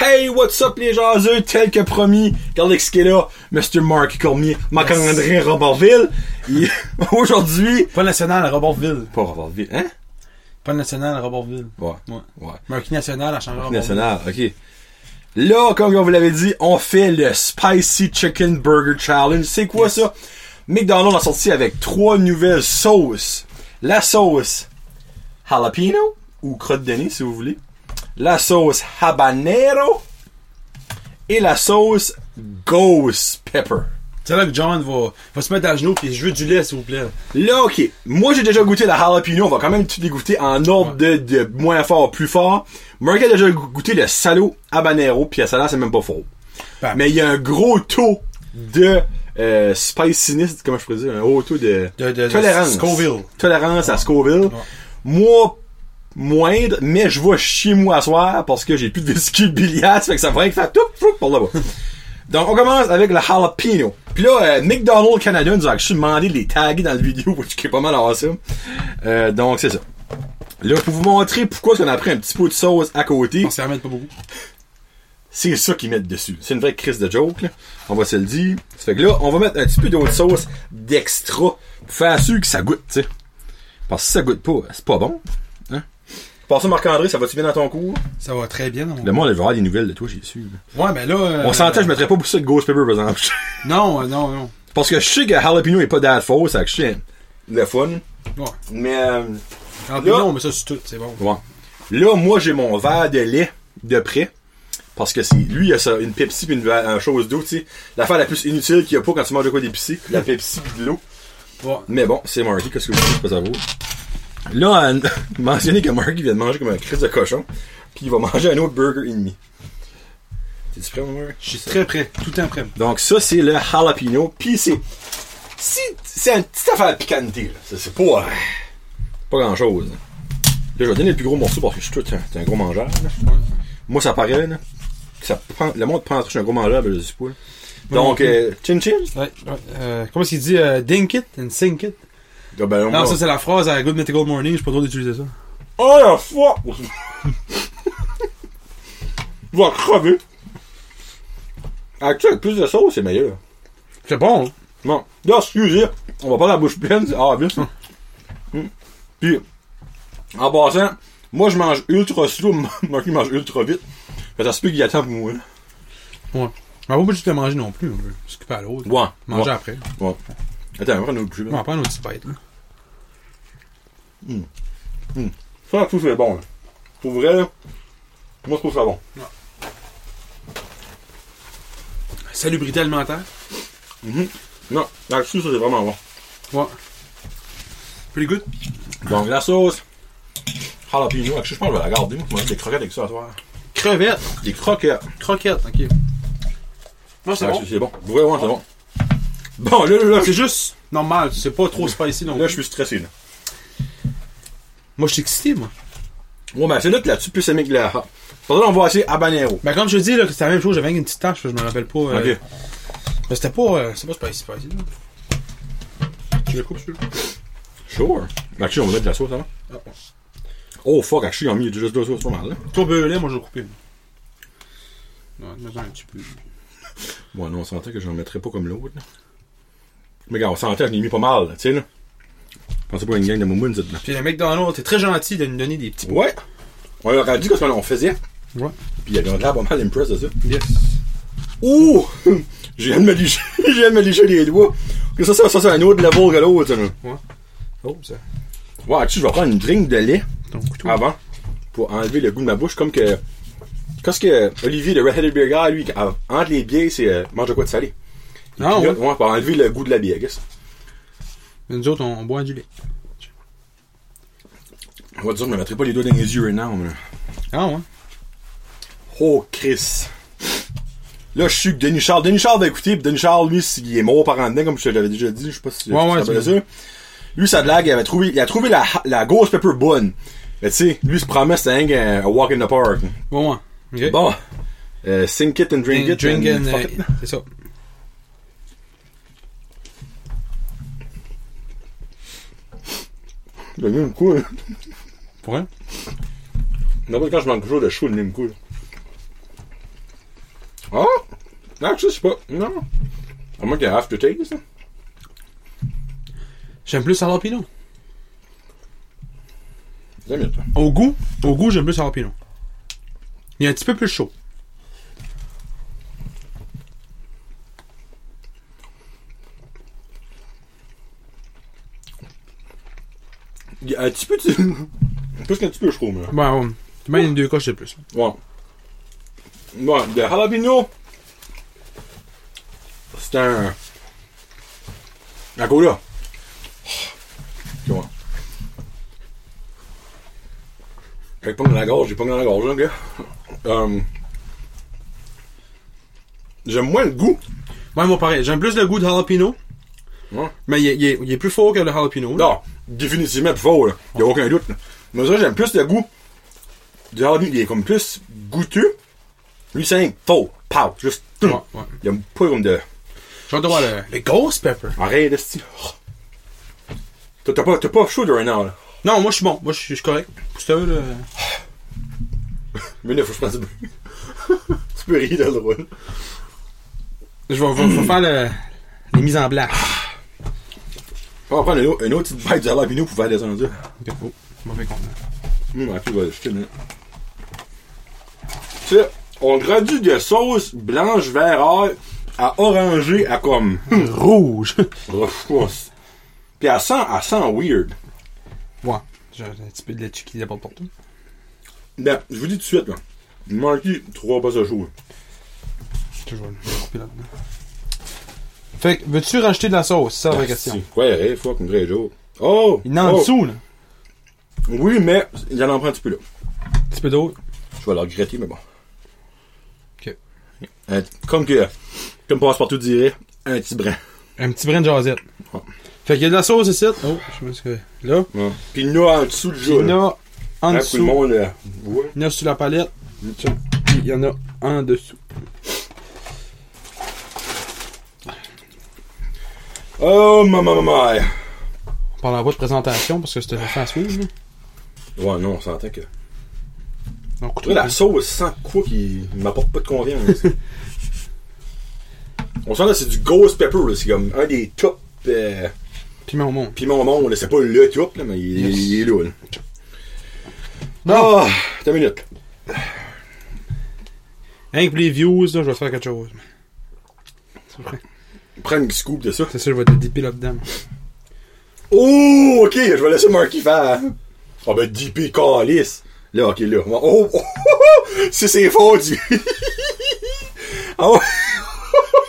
Hey, what's up les jaseux, tel que promis. Regardez ce qui est là. Mr. Mark Cormier, Marc-André Robertville. Il- Aujourd'hui... Pas national à Robertville. Pas Robertville, hein? Pas national à Robertville. Ouais, Ouais. ouais. Marquis national à changé National, ok. Là, comme on vous l'avait dit, on fait le Spicy Chicken Burger Challenge. C'est quoi Yes. ça? McDonald's a sorti avec trois nouvelles sauces. La sauce jalapeno, ou crotte de nez si vous voulez. La sauce habanero. Et la sauce ghost pepper. C'est là que John va, va se mettre à genoux pis je veux du lait, s'il vous plaît. Là, ok. Moi, j'ai déjà goûté la jalapeno. On va quand même tout dégoûter en ordre de, de moins fort, plus fort. Marc a déjà goûté le salaud habanero, puis la salade, c'est même pas faux. Bam. Mais il y a un gros taux de euh, spiciness, comment je pourrais dire, un haut taux de, De- de- de tolérance. Scoville. Tolérance à Scoville. Moi, moindre, mais je vais chez moi à soir parce que j'ai plus de vésicule biliaire, ça fait que ça va rien que faire tout, tout par là-bas. Donc, on commence avec le jalapeno. Puis là, euh, McDonald's Canada nous a actually demandé de les taguer dans la vidéo, parce que est pas mal à ça. Euh, donc, c'est ça. Là, pour vous montrer pourquoi on a pris un petit peu de sauce à côté. On s'y ramène pas beaucoup. C'est ça qu'ils mettent dessus. C'est une vraie crise de joke, là. On va se le dire. Ça fait que là, on va mettre un petit peu d'autre sauce d'extra pour faire sûr que ça goûte, tu sais. Parce que si ça goûte pas, c'est pas bon. Hein? Par ça, Marc-André, ça va-tu bien dans ton cours? Ça va très bien. on- Le monde, Ben, je vais avoir des nouvelles de toi, j'ai su. là. Ouais, mais là. euh, On s'entend, je mettrais pas beaucoup ça de Ghost Pepper, par exemple. Non, euh, non, non. Parce que je sais que Jalapeno est pas d'ad faux, ça que je sais. Le fun. Ouais. Mais, euh, En plus, Là- non, mais ça, c'est tout. C'est bon. ouais. Là, moi, j'ai mon verre de lait de près. Parce que c'est lui, il a ça, une Pepsi puis une, va- une chose d'eau, tu sais. L'affaire la plus inutile qu'il y a pas quand tu manges de quoi d'épicé, la Pepsi puis de l'eau. Ouais. Mais bon, c'est Marky, qu'est-ce que vous dites, c'est pas ça vaut. Là, on a mentionné que Marky vient de manger comme un crise de cochon, puis il va manger un autre burger et demi. T'es-tu prêt, mon Mark? Je suis très prêt. Tout en prêt. Donc ça, c'est le jalapeno, puis c'est... si- C'est une petite affaire piquante, là. C'est- C'est pas... euh, pas grand-chose. Là, je vais donner le plus gros morceau parce que je suis tout un, t'es un gros mangeur, là. Ouais. Moi, ça paraît, là. que ça prend- le monde prend que je suis un gros mangeur, ben, je sais pas. là. Donc, euh, chin chin? Ouais, ouais. Euh, comment est-ce qu'il dit euh, Dink it and sink it. Ah, ben, Non, moi- ça, c'est la phrase à Good Mythical Morning. Je suis pas trop d'utiliser ça. Oh la fuck! Va crever! Actuellement, avec plus de sauce, c'est meilleur. C'est bon. hein? Non. Là, excusez, on va pas la bouche pleine, c'est obvious. Hum. Puis, en passant, moi je mange ultra slow, Marky mange ultra vite. Fait que ça se peut qu'il attend pour moi. là. Ouais. Mais pas juste de manger non plus. On veut s'occuper à l'autre. Ouais. Manger ouais. après. Ouais. Attends, on va prendre une autre bouchée, là. On va prendre une petite bête. là. Ça, tout c'est bon. là. Pour vrai, là, moi je trouve ça bon. Salubrité alimentaire. Non, là-dessus, ça c'est vraiment bon. Ouais. Pretty good. Donc, la sauce. Jalapeno. Je pense que je vais la garder. Moi, je mange des croquettes avec ça à soir. Crevette. Des croquettes. Croquette, ok. Non, c'est Ah, bon. C'est bon. Vraiment, c'est bon. Bon, là, là, là, C'est juste normal, c'est pas trop spicy non là, plus. je suis stressé. Là. Moi, je suis excité, moi. Ouais, mais ben, c'est là que là-dessus, plus aimé que la. Pour ça, on va essayer habanero. Ben, comme je te dis, là, que c'est la même chose, j'avais une petite tache, là, je me rappelle pas. euh, Ok. Mais c'était pas. euh, c'est pas spicy, spicy, là. Tu le coupes, celui-là? Sure. Actually, on va mettre de la sauce avant. Ah, ouais. Oh fuck, actually, ils ont mis juste deux sauces, pas mal. Là. Toi, beurre moi, je vais le couper. Non, mets un petit peu. Ouais, non, on sentait que j'en mettrais pas comme l'autre. là. Mais regarde, on sentait que j'en ai mis pas mal, là, tu sais, là. Pensez pas à une gang de moumounes, dites là. Puis le McDonald's, t'es très gentil de nous donner des petits. Ouais. On leur a dit que ce qu'on faisait. Ouais. Puis ils ont l'air pas mal impressed de ça. Yes. Ouh! J'ai viens de me licher, j'ai viens de me licher les doigts. Que ça, ça, ça, c'est un autre level que l'autre, là. Oh, ça. Ouais, tu sais, je vais prendre une drink de lait Ton couteau. avant pour enlever le goût de ma bouche, comme que. Qu'est-ce que Olivier, le Red-Headed Beer Guy, lui, quand- entre les bières, c'est euh, mange de quoi de salé. Non, Puis là, Ah, ouais. Ah ouais, pour enlever le goût de la bière, guess. Mais nous autres, on, on boit du lait. On va dire, je me mettrai pas les doigts dans les yeux énormes, là. Ah, ouais. Oh, Chris. Là, je suis que Denis Charles. Denis Charles va écouter, puis Denis Charles, lui, il est mort par en dedans, comme je te l'avais déjà dit. Je sais pas si tu Ouais, tu te ouais, rappelles c'est- ça. Lui, sa blague, il, avait trouvé, il a trouvé la, la Ghost Pepper bonne. Mais tu sais, lui, se promet, c'était un, un walk in the park. Bon, ouais. Ok. Bon. Euh, sink it and drink And it. drink and and, fuck euh, it. c'est ça. Le même coup, hein. Pour rien. N'importe quand je manque toujours de chaud, le même coup. là. Ah! Non, je sais pas. Non. À moins qu'il y ait aftertaste. là. J'aime plus jalapeno. J'aime bien ça. Au goût, au goût, j'aime plus jalapeno. Il est un petit peu plus chaud. Il y a un petit peu de... Plus qu'un petit peu, je trouve. mais- Ben, ouais. Même une deux coches de plus. Ouais. Ouais, le jalapeno, c'est un. Un cola. Comment? J'ai pas dans la gorge, j'ai pas dans la gorge, là, gars. Euh, J'aime moins le goût. Ouais, moi, pareil. J'aime plus le goût de jalapeno, Ouais. mais il est, il est- il est plus fort que le jalapeno. là. Non, définitivement plus fort, là. Y a aucun doute, là. Mais ça, j'aime plus le goût. Du jalapeno, il est comme plus goûteux. Lui, c'est faux. Pow! Juste. Ouais, ouais. Il y a pas comme de. J'ai hâte de voir le, le ghost pepper. Arrête, esti. Oh! T'as t'as pas, t'as pas chaud de un an, là. Non, moi, je suis bon. Moi, je suis je suis correct. Pour ça, là. Mais là, faut que je prenne du bruit. Tu peux rire, là, drôle. Je vais, vais- vais faire le, les mises en black. On va prendre une, autre- une autre petite bite de jalapeno pour faire descendre ça. Ok, oh, mauvais contenant. Hum, après, je vais jeter une minute. Tu sais, on grandit de sauce blanche vert or à orangé à comme. Rouge! Ouf, Puis elle sent, elle sent weird. ouais, j'ai un petit peu de laitue qui déborde partout. Ben, je vous dis tout de suite, là. Marky, trois pas à chaud. Toujours couper là-dedans. Fait que, veux-tu rajouter de la sauce? C'est ça la Ah, vraie question. Quoi, arrête, fuck, une vraie joke. Oh! Il en a en oh. dessous, là. Oui, mais il en en prend un petit peu, là. Un petit peu d'eau. Je vais le regretter, mais bon. Ok. Un- comme que, comme Passepartout dirait, un petit brin. Un petit brin de jasette. Ouais. Fait qu'il y a de la sauce ici. Oh, je sais pas ce que. Là. Puis nous en dessous du Il jeu. y en a en Hein, tout le dessous. monde, là. Ouais. Il y en a sur la palette. Tiens. Puis il y en a en dessous. Oh, maman, maman. Ouais, On parlera pas de présentation parce que c'était le fast food, là. non, on s'entend que. On Après, coûtera la sauce sans quoi qui m'apporte pas de confiance. on sent là, c'est du ghost pepper, là. C'est comme un des top. euh, Piment au monde. piment au monde, là. C'est pas le top, là, mais il, Yes. il est là, là. Non! Ah, t'as une minute. Rien que pour les views, là, je vais faire quelque chose. C'est vrai. Prends une scoop de ça. C'est ça, je vais te dipper là-dedans. Oh, ok, je vais laisser Marky faire. Ah ben, DP Calis. Là, ok, là. Oh, oh, oh, oh, c'est c'est fondu. ah ouais.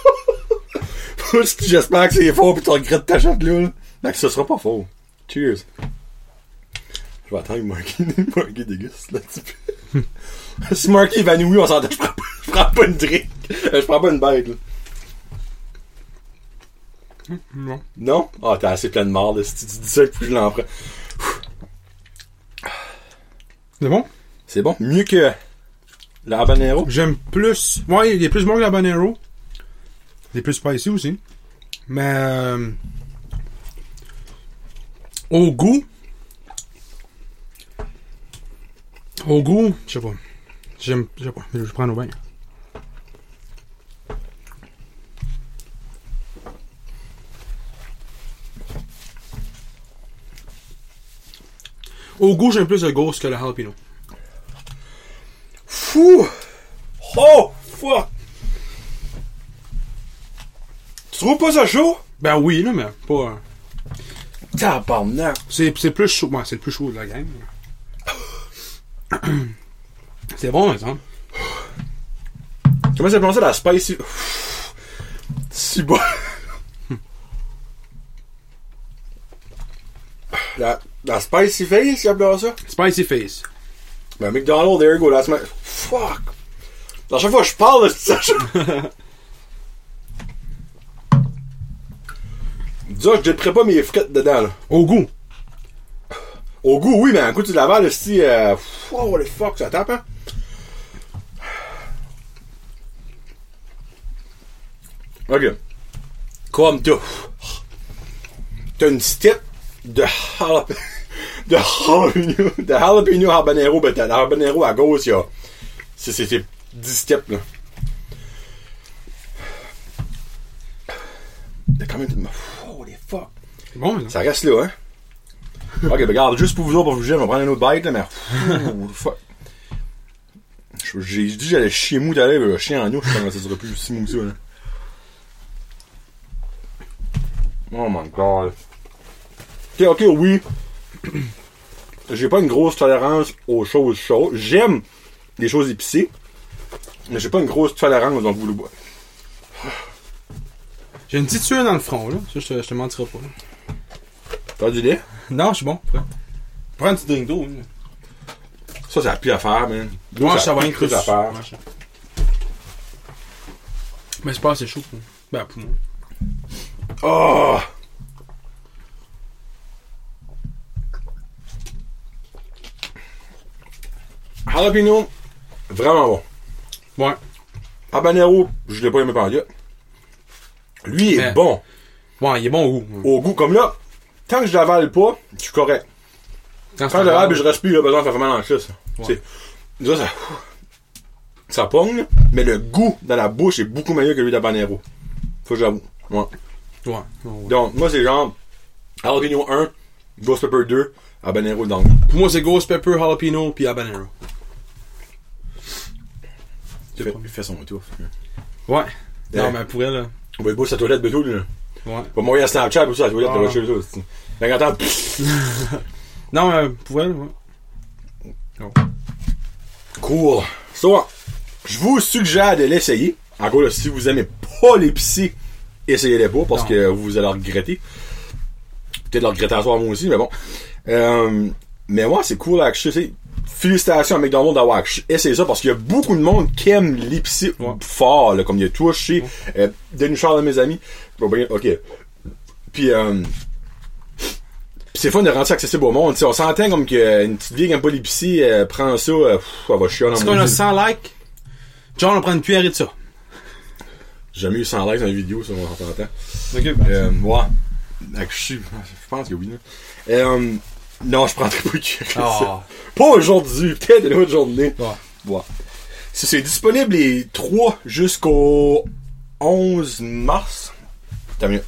Parce que J'espère que c'est faux pis tu regrettes ta chatte là. là. Non, que ce sera pas faux. Cheers. Je vais attendre que Marky, Marky déguste là, petit peu. si Marky évanoui, on s'entend. Je prends pas- je prends pas une drink. Euh, Je prends pas une bête, là. Non. Non? Ah, t'es assez plein de marde, là. Si tu tu dis ça, plus je l'en prends. C'est bon? C'est bon. Mieux que le habanero. J'aime plus. Ouais, il est plus bon que l'habanero. Il est plus spicy aussi. Mais. euh, au goût. Au goût, je sais pas. J'aime. Je sais pas. Je prends nos bains. Au goût, j'aime plus le ghost que le jalapeno. Fou! Oh! Fuck! Tu trouves pas ça chaud? Ben oui, là, mais pas. euh, Tabarnak! C'est, c'est plus chaud. Ouais, c'est le plus chaud de la game. C'est bon, hein, par exemple. Comment ça prononce ça, la spicy? Si bon! La, la spicy face, il appelait ça? Spicy face. Ben, McDonald's, there you go, la semaine. Fuck! À chaque fois que je parle, c'est ça. Déjà, je jetterai pas mes frites dedans, là. Au goût. Au goût, oui, mais un coup, tu l'avales, si. Euh, oh, what the fuck, ça tape, hein? Ok. Comme t'as. T'as une step de jalapeno. De jalapeno. De jalapeno habanero, ben t'as le habanero à gauche, y'a. C'est, c'est, c'est 10 steps, là. de quand même. Oh, Pff, Holy fuck. Bon, là. Ça reste là, hein? ok, ben regarde, juste pour vous autres, pour vous juger, je vais prendre une autre bite, là, mais. Ouh, fuck. Je- J'ai dit que j'allais chier mou tout à l'heure, mais le chien en nous, je pense que ça sera plus si mou que ça, là. Oh my god. Ok, ok, oui. J'ai pas une grosse tolérance aux choses chaudes. J'aime les choses épicées, mais j'ai pas une grosse tolérance dans le boulot. J'ai une petite sueur dans le front, là. Ça, je te, je te mentirai pas. là. T'as du lait? Non, je suis bon. Prends, prends un petit drink d'eau. là. Ça, c'est la pire affaire, man. ça Mange ça va plus incrusté. d'affaires. Mais c'est pas assez chaud pour moi. Ben, pour moi. Oh! Jalapeno, vraiment bon. Ouais. Habanero, je l'ai pas aimé pendant Lui est Mais- bon. Ouais, il est bon au goût. Au goût, comme là, tant que je l'avale pas, je suis correct. Quand Quand je l'avale et je respire, là, besoin de faire mal dans le chat, ça. Ouais. C'est- Là, ça, ça pogne, mais le goût dans la bouche est beaucoup meilleur que lui d'Habanero. Faut que j'avoue. Ouais. Ouais. ouais. Donc, moi, c'est genre Jalapeno 1, Ghost Pepper 2, Habanero dans le Pour moi, c'est Ghost Pepper, Jalapeno, puis Habanero. Il fait, il fait son tour. Ouais. Non, Ouais. mais pour elle, là. On va le boire sa toilette de tout, là. Ouais. On va m'envoyer à Snapchat pour ça, la toilette, Ah. on va chez eux, c'est- Fait qu'entends, Non, mais pour elle, ouais. cool. So, je vous suggère de l'essayer. Encore là, si vous aimez pas l'épicé, essayez-les pas parce Non. que vous allez le regretter. Peut-être le regretter à soir, moi aussi, mais bon. Euh, mais moi, c'est cool à acheter, tu sais. Félicitations à McDonald's d'avoir ach- essayé ça parce qu'il y a beaucoup de monde qui aime l'épicé Ouais. fort, là, comme il y a tout chez euh, Denis Charles de mes amis. Bon, ben, Ok. Puis, euh, Pis c'est fun de rendre ça accessible au monde. T'sais, on s'entend comme qu'une petite vieille qui aime pas l'épicé euh, prend ça, euh, pff, elle va chier dans Est-ce mon qu'on a vie. 100 likes? John, on prend une cuillerée de ça. J'ai jamais eu 100 likes dans une vidéo, ça, on s'entend. Ok, Euh, ouais. Fait que Je suis- je pense que oui. là. Euh, non, je prendrai pas de cuir. Ah. Pas aujourd'hui, peut-être une autre journée. Ouais. Ouais. C'est c'est disponible les 3 jusqu'au 11 mars. T'as mieux.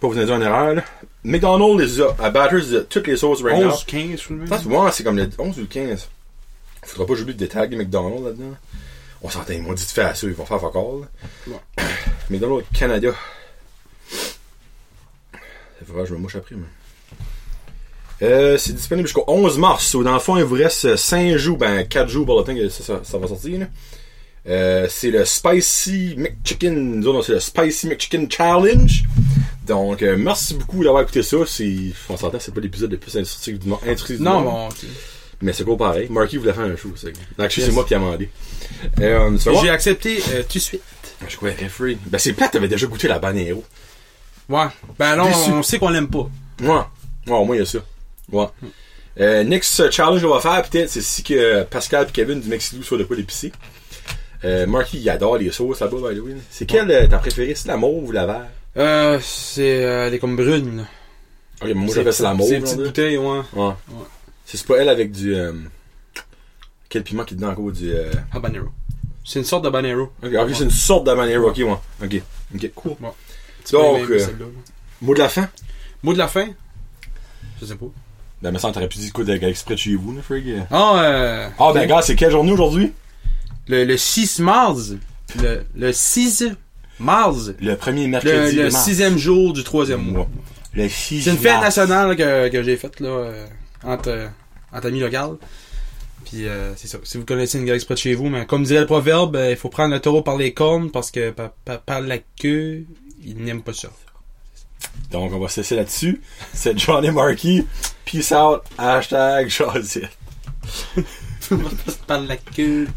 Pas vous en dire une erreur, là. McDonald's les a. À Batters, les a toutes les sauces right now. 11, 15, je Je pense que moi, c'est comme le 11 ou le 15. Faudra pas que j'oublie de tags McDonald's là-dedans. On s'entend, ils m'ont dit de faire ça, ils vont faire fuck all. là. McDonald's Canada. Ça faudra que je me mouche après, mais. Euh, c'est disponible jusqu'au 11 mars. Ou dans le fond, il vous reste 5 jours, ben 4 jours pour le temps que ça, ça- ça va sortir. là. Euh, c'est le Spicy McChicken. Nous autres, c'est le Spicy McChicken Challenge. Donc, euh, merci beaucoup d'avoir écouté ça. C'est- On s'entend, c'est pas l'épisode le plus instructif du monde. instructif du Non, monde. bon. ok. Mais c'est gros pareil. Marky voulait faire un show, c'est Actually, Yes. c'est moi qui ai demandé. Euh, ça va? J'ai accepté euh, tout de suite. Je croyais Jeffrey. Ben, c'est plate, t'avais déjà goûté la banero. Ouais. Ben non, Déçu. on sait qu'on l'aime pas. Ouais. Ouais, au moins, il y a ça. Ouais. Euh, next euh, challenge qu'on va faire, peut-être, c'est si que Pascal et Kevin du Mexilou soient de quoi d'épicé. Euh, Marky, il adore les sauces là-bas, by the way. là. C'est quelle euh, ta préférée? C'est la mauve ou la verte? Euh, c'est. euh, elle est comme brune, là. Ok, Ah, moi, j'avais c'est la mauve. C'est là, une petite là. bouteille, ouais. Ouais. C'est c'est pas elle avec du. euh, Quel piment qui est dedans encore? Du. euh, Habanero. C'est une sorte de habanero. Ok, ok, c'est une sorte d'habanero. Ok, ouais. Ok. Ok, cool. Tu peux Donc, aimer euh, celle-là, là. Mot de la fin? Mot de la fin? Je sais pas. Ben, mais ça, t'aurais pu dire quoi de- exprès de chez vous, là, Frig? Ah, euh, Ah, ben, gars, c'est quelle journée aujourd'hui? le, le 6 mars. Le, le 6 mars. Le premier Le, mercredi le de mars. sixième jour du troisième mois. mois. Le 6 C'est une fête mars. nationale là, que, que j'ai faite là, euh, entre, euh, entre amis locales. Puis euh, c'est ça. Si vous connaissez une galaxie près de chez vous, mais comme dirait le proverbe, euh, il faut prendre le taureau par les cornes parce que par, par- par la queue, il n'aime pas ça. Donc, on va cesser là-dessus. C'est John et Marky. Peace out. Hashtag Jazzy. par la queue.